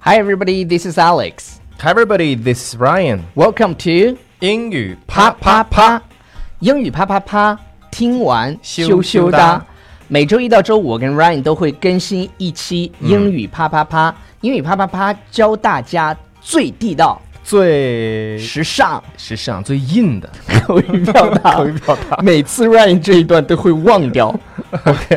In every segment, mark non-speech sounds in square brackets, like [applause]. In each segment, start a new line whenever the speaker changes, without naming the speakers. Hi, everybody. This is Alex.
Hi everybody, this is Ryan.
Welcome to
英语
啪
啪
啪
啪
啪
啪，
英语啪啪啪，听完
羞
羞羞
羞
哒
哒。
每周一到周五，我跟 Ryan 都会更新一期英语啪啪啪。英语啪啪啪教大家最地道、
最 [laughs]
时尚
时尚、最硬的
口语表达。
[laughs] 口语表达，
每次 Ryan 这一段都会忘
[laughs]
掉。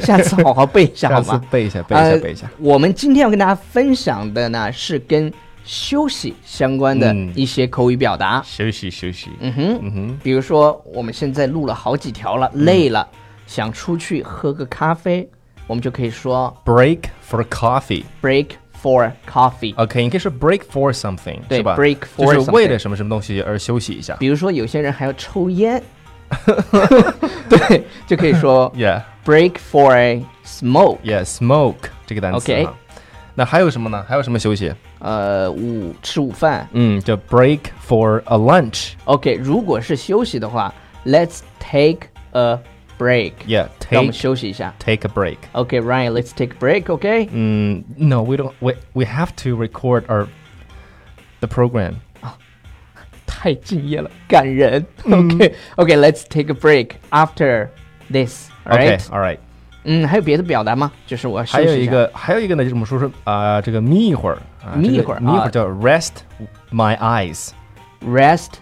下次好好背一下
下
好
次
吗？
背一下，背一
呃
下，背一下。
我们今天要跟大家分享的呢，是跟休息相关的
嗯
一些口语表达。
休息休息。
嗯哼，
嗯哼，
比如说我们现在录了好几条了，累了，想出去喝个咖啡，我们就可以说
break for coffee。
break for coffee。
OK，你可以说 break for something，
对
是吧
break for
就是为了什么什么东西而休息一下。
比如说有些人还要抽烟，对，就可以说
Yeah,
break for a smoke。
yeah, smoke 这个单词
OK
哈。那还有什么呢？还有什么休息？
呃，午吃午饭。
嗯，叫 break for a lunch。
OK，如果是休息的话，let's take a break。
Yeah,
让我们
take
休息一下。
take a break.
OK，Ryan，let's、take a break。OK，
Mm, no, we don't. We, we have to record our the program.
太敬业了，感人。OK，OK，let's、take a break after this。
OK，
Alright，、
all right。
嗯，还有别的表达吗？就是我要休
还
息
有
一
一
下
个，还有一个呢，就是我们说说啊，这个眯一会儿，啊
眯一
这个
会儿
眯一会
啊
儿叫 rest my eyes。
rest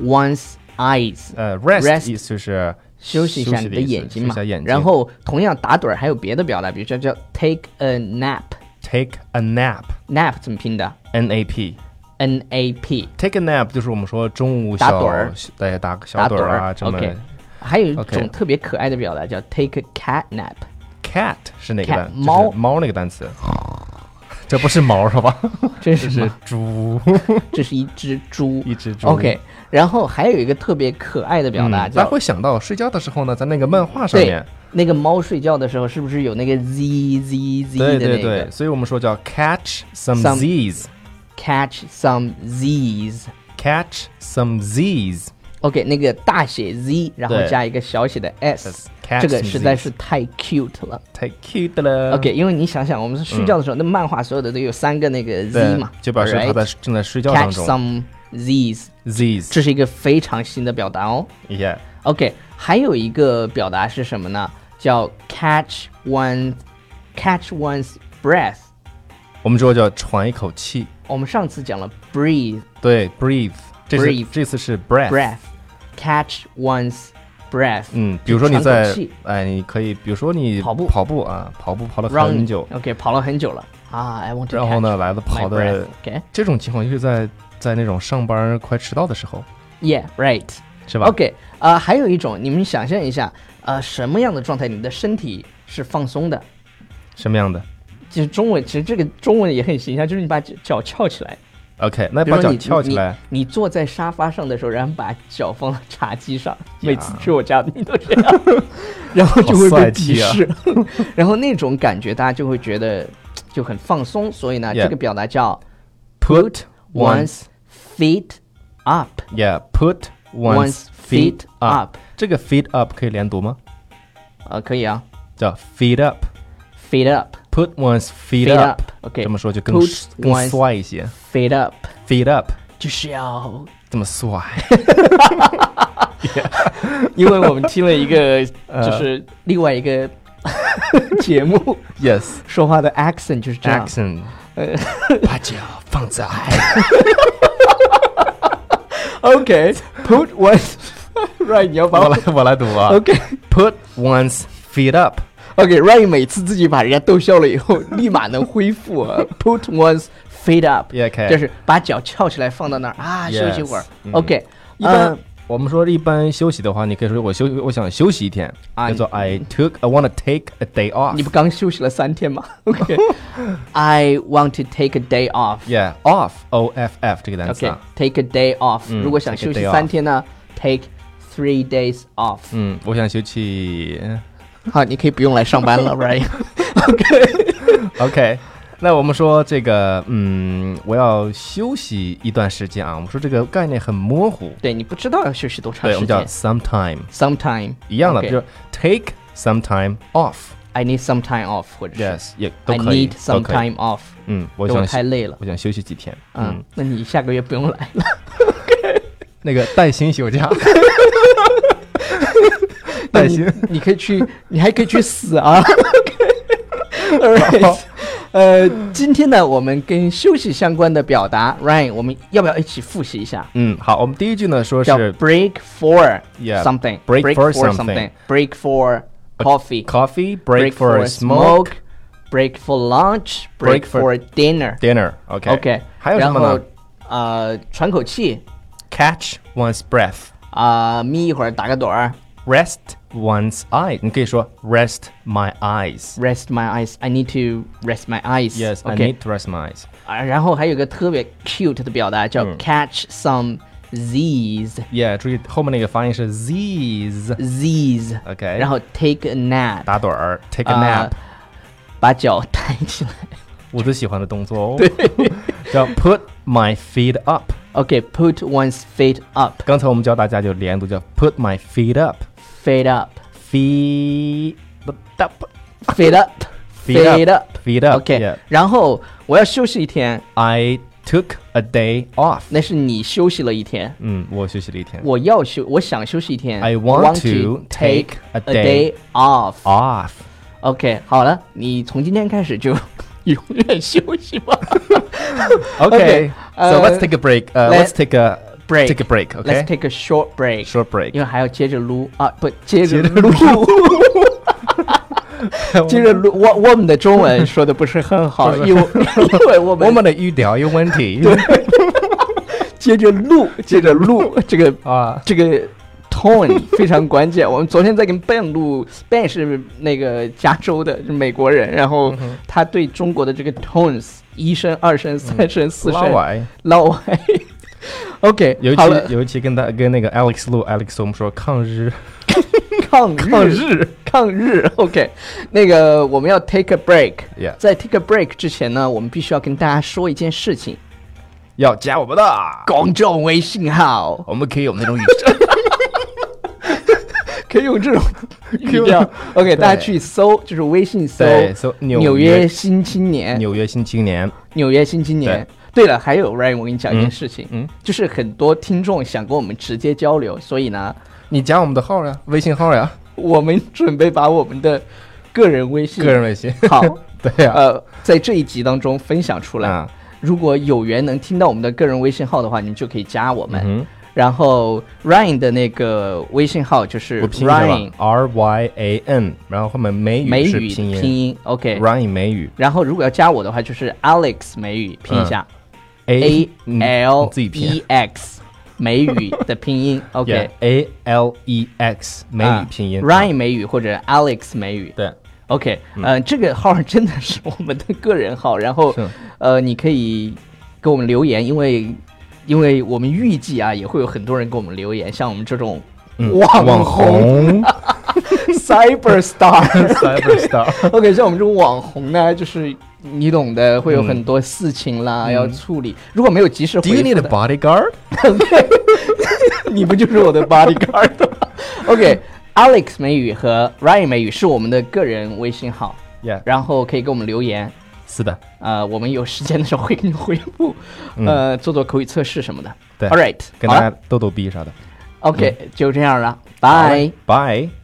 one's eyes，
呃，rest
Rest
意思就是
休息一下你
的意思
眼睛
休息
嘛。
一下眼睛。
然后同样打盹儿还有别的表达，比如说叫 take a nap。
take a nap，n
nap 怎么拼的
a p，take
？N A P。
a nap 就是我们说中午
打
小
盹儿，
对，打个小
打
盹儿啊，
盹儿
这么
OK 还有一
OK
种特别可爱的表达叫 take a cat nap。
cat 是哪个
Cat，
单？就是
猫
猫那个单词。 [laughs] 这不是毛是吧？
这
这
是什
是
么？
猪，
这是一只猪。
[laughs] 一只猪。
OK，然后还有一个特别可爱的表达
嗯，大家
叫
会想到睡觉的时候呢，在那个漫画上
对
面，，
那个猫睡觉的时候是不是有那个 z z z
对
的
对
那
对，
个
所以我们说叫 catch some
Some-
Z's，catch
catch some z's？
some Z's，
OK，那个大写 Z，然后
对
加一个小写的 S，
That's
这个
cats
实在是太 cute 了。
太 cute 了。
OK，因为你想想，我们睡觉的时候，那漫画所有的都有三个那个 Z
对
嘛，
就表示他在正在睡觉
right？
当
catch
中。
some Z's，
Z's，
这是一个非常新的表达哦。
yeah，
OK，还有一个表达是什么呢？叫 catch one catch one's breath。
我们说叫喘一口气，
我们上次讲了 breathe
对，breathe，这是
Breathe
这次是 breath。
breath catch one's breath，
嗯，比如说你
就喘口
在
气，
哎，你可以，比如说你
跑步
跑步啊，跑步跑了
让
很久，
OK 跑了很久了啊，I want to
然后呢，来了
catch my
跑的
breath，OK。
这种情况，就是在在那种上班快迟到的时候，
Yeah, right.
是吧
OK，呃，还有一种，你们想象一下，呃，什么样的状态你的身体是放松的？
什么样的？
就是中文，其实这个中文也很形象，就是你把脚脚翘起来，
OK，那
比
把
如说
脚
你
翘起来，
你，你坐在沙发上的时候，然后把脚放到茶几上。
呀
每次去我家你都这
[laughs]
样，然后就会
好
被
帅
鄙
气啊
视， [laughs] 然后那种感觉大家就会觉得就很放松，所以呢
Yeah
这个表达叫
Put
one's
one's-
feet up。
，Yeah，put
one's
one's
feet
feet
up
up。这个 feet up 可以连读吗？
呃，可以啊
叫 feet up，put
，feet up。
one's feet
Feet
up。
up，OK
这么说就更
Put
更
one's-
帅一些。
Feet up，
feet up
就是要，
这么帅
[laughs] 因为我们听了一
[laughs]
个
呃
就是另外一个 [laughs] 节目，
，Yes。
说话的 accent 就是这样。 [laughs]
Jackson，把脚放在
OK，put
[laughs]
one right，你要把
我
我
来我来读啊。
OK
Put one's feet up。
OK right，每次自己把人家逗笑了以后，立马能恢复
[laughs]
啊。Put one's feet up，
Yeah, OK
就是把脚翘起来放到那儿啊，休息会儿
Yes，。嗯
OK，
一般
呃
我们说一般休息的话，你可以说我休我想休息一天，
啊
叫做 I took I wanna take a day
你
off。
不刚休息了三天
[laughs]
吗？OK，I want to take a day off。
Yeah, off, o f f 这个单词
OK
啊。
take a day off、
嗯
如果想
take
休
a
息
day off
三天呢，take three days off、
嗯，我想休息。
好，你可以不用来上班了
[laughs]
，right？
OK，那我们说这个，嗯，我要休息一段时间啊。我们说这个概念很模糊，
对，你不知道要休息多长
对，我
时
们叫
间。
sometime，
Sometime
一样的，
OK
比如 take some time off，
I need some time off，或者是
Yes，也都
I
可以
need，
都
some
可以。
time off，
嗯，我
我
想
太累了。
我想休息几天。
嗯，那你下个月不用来
[laughs]
了。
那个带薪
[laughs]
休假，带薪
那你，你可以去，你还可以去死
[laughs]
啊。Alright，呃，今天呢，我们跟休息相关的表达，Ryan，我们要不要一起复习一下？
嗯，好，我们第一句呢说
叫
是
break for
Yeah,
something,
break for something.
something，break for coffee,
coffee break for
for
smoke
smoke, break for lunch,
break
break
for
for dinner。
dinner。OK
OK，
还有什
然
么
后
呢
呃，喘口气
？Catch one's breath,
啊，眯一会儿，打个盹儿。
rest one's eye。你可以说 rest my eyes。
Rest my eyes. I need to rest my eyes.
Yes, I
OK
need to rest my eyes.
啊，然后还有一个特别 cute 的表达叫
嗯
catch some z's
Yeah，注意后面那个发音是 z's。
z's。
OK，
然后 take a nap，
打盹儿，take a
啊
nap，、
把脚抬起来。
我最喜欢的动作哦。 [laughs] 叫 put my feet up。
OK，put one's feet up,
刚才我们教大家就连读，叫 put my feet up，feet
feet up,
up，feet
feet
[laughs]
up, feet up。
up，feet up。
OK，然后我要休息一天，
I took a day off。
那是你休息了一天。
嗯，我休息了一天。
我要休，我想休息一天。
I want to take a
day
day
off.
off。
OK，好了，你从今天开始就永远休息 [laughs] 吧。Okay,
Okay, so
uh,
let's take a break. Uh,
let-
let's take a
break.
Take a break.
Let's
Okay.
take a short break.
Short break.
因为还要接着撸啊，不，接着
接着
撸， [laughs]
[laughs]
接着撸。我我们的中文说的不是很好，因为 [laughs] 因为我
我
们
们的语调有问 [laughs] 题
接着录，接着录， [laughs] 这个
啊。
这个 tone [laughs] 非常关键。我们昨天在跟 Ben 录，Ben 是那个加州的是美国人，然
嗯
后他对中国的这个 tones 一声、二声、三声、四
拉
声
歪。
老外。OK，
尤
好了
其，尤其跟他跟那个 Alex 录 Alex，我们说抗 [laughs] 日
抗日
日
抗日，OK，那个我们要 take a break。
[laughs] ，Yeah，
在 take a break 之前呢，我们必须要跟大家说一件事情：
要加我们 [laughs] 的，
公众微信
[laughs]
号
我们可以有那种语
可以用这种
以
语
用
调。OK，大家去搜，就是微信搜
[laughs] 对，搜
纽
纽约
新青年》纽，
纽约新青年，
约新青年》对了，还有 Ryan，我跟你讲一件事情，
嗯嗯
就是很多听众想跟我们直接交流，所以呢，
你加我们的号呀，微信号呀，
我们准备把我们的个人微信
个人微信，
好
[laughs] 对呀，
呃，在这一集当中分享出来。
啊，
如果有缘能听到我们的个人微信号的话，你们就可以加我们。
嗯
然后 Ryan 的那个微信号就
哼，
是
我拼一下
Ryan
吧，R Y A N，然后后面美
美
语是
语
拼
的
音
音，OK。
，Ryan 美语
然后如果要加我的话，就是 Alex 美语拼一下、
A 嗯
A
你
L
自己拼
E X 美语的拼
[laughs]
音
Yeah，
，OK。
A L E X 美语拼音
啊 Ryan 美语或者 Alex 美语
对，嗯
，OK，呃，这个号真的是我们的个人
[laughs]
号，然后
是
呃，你可以给我们留言，因为因为我们预计啊，也会有很多人给我们留言，像我们这种
嗯
网
网
红
红
cyber star，
[laughs] ，Cyberstar，
[laughs] OK，像我们这种网红呢，就是你懂的，会
嗯
有很多事情啦、要处理。如果没有及时回
Do you
复
need a
的，
bodyguard？
[laughs] 你不就是我的 bodyguard 吗 [laughs] ？OK，Alex 美语和 Ryan 美语是我们的个人微信号，
Yeah，
然后可以给我们留言。
是的，
呃，我们有时间的时候会给你回复，呃，做做口语测试什么的。
嗯对
All right，
跟
好
大
了
家逗逗逼啥的。
OK，就这样了，
好
拜。
嘞，拜。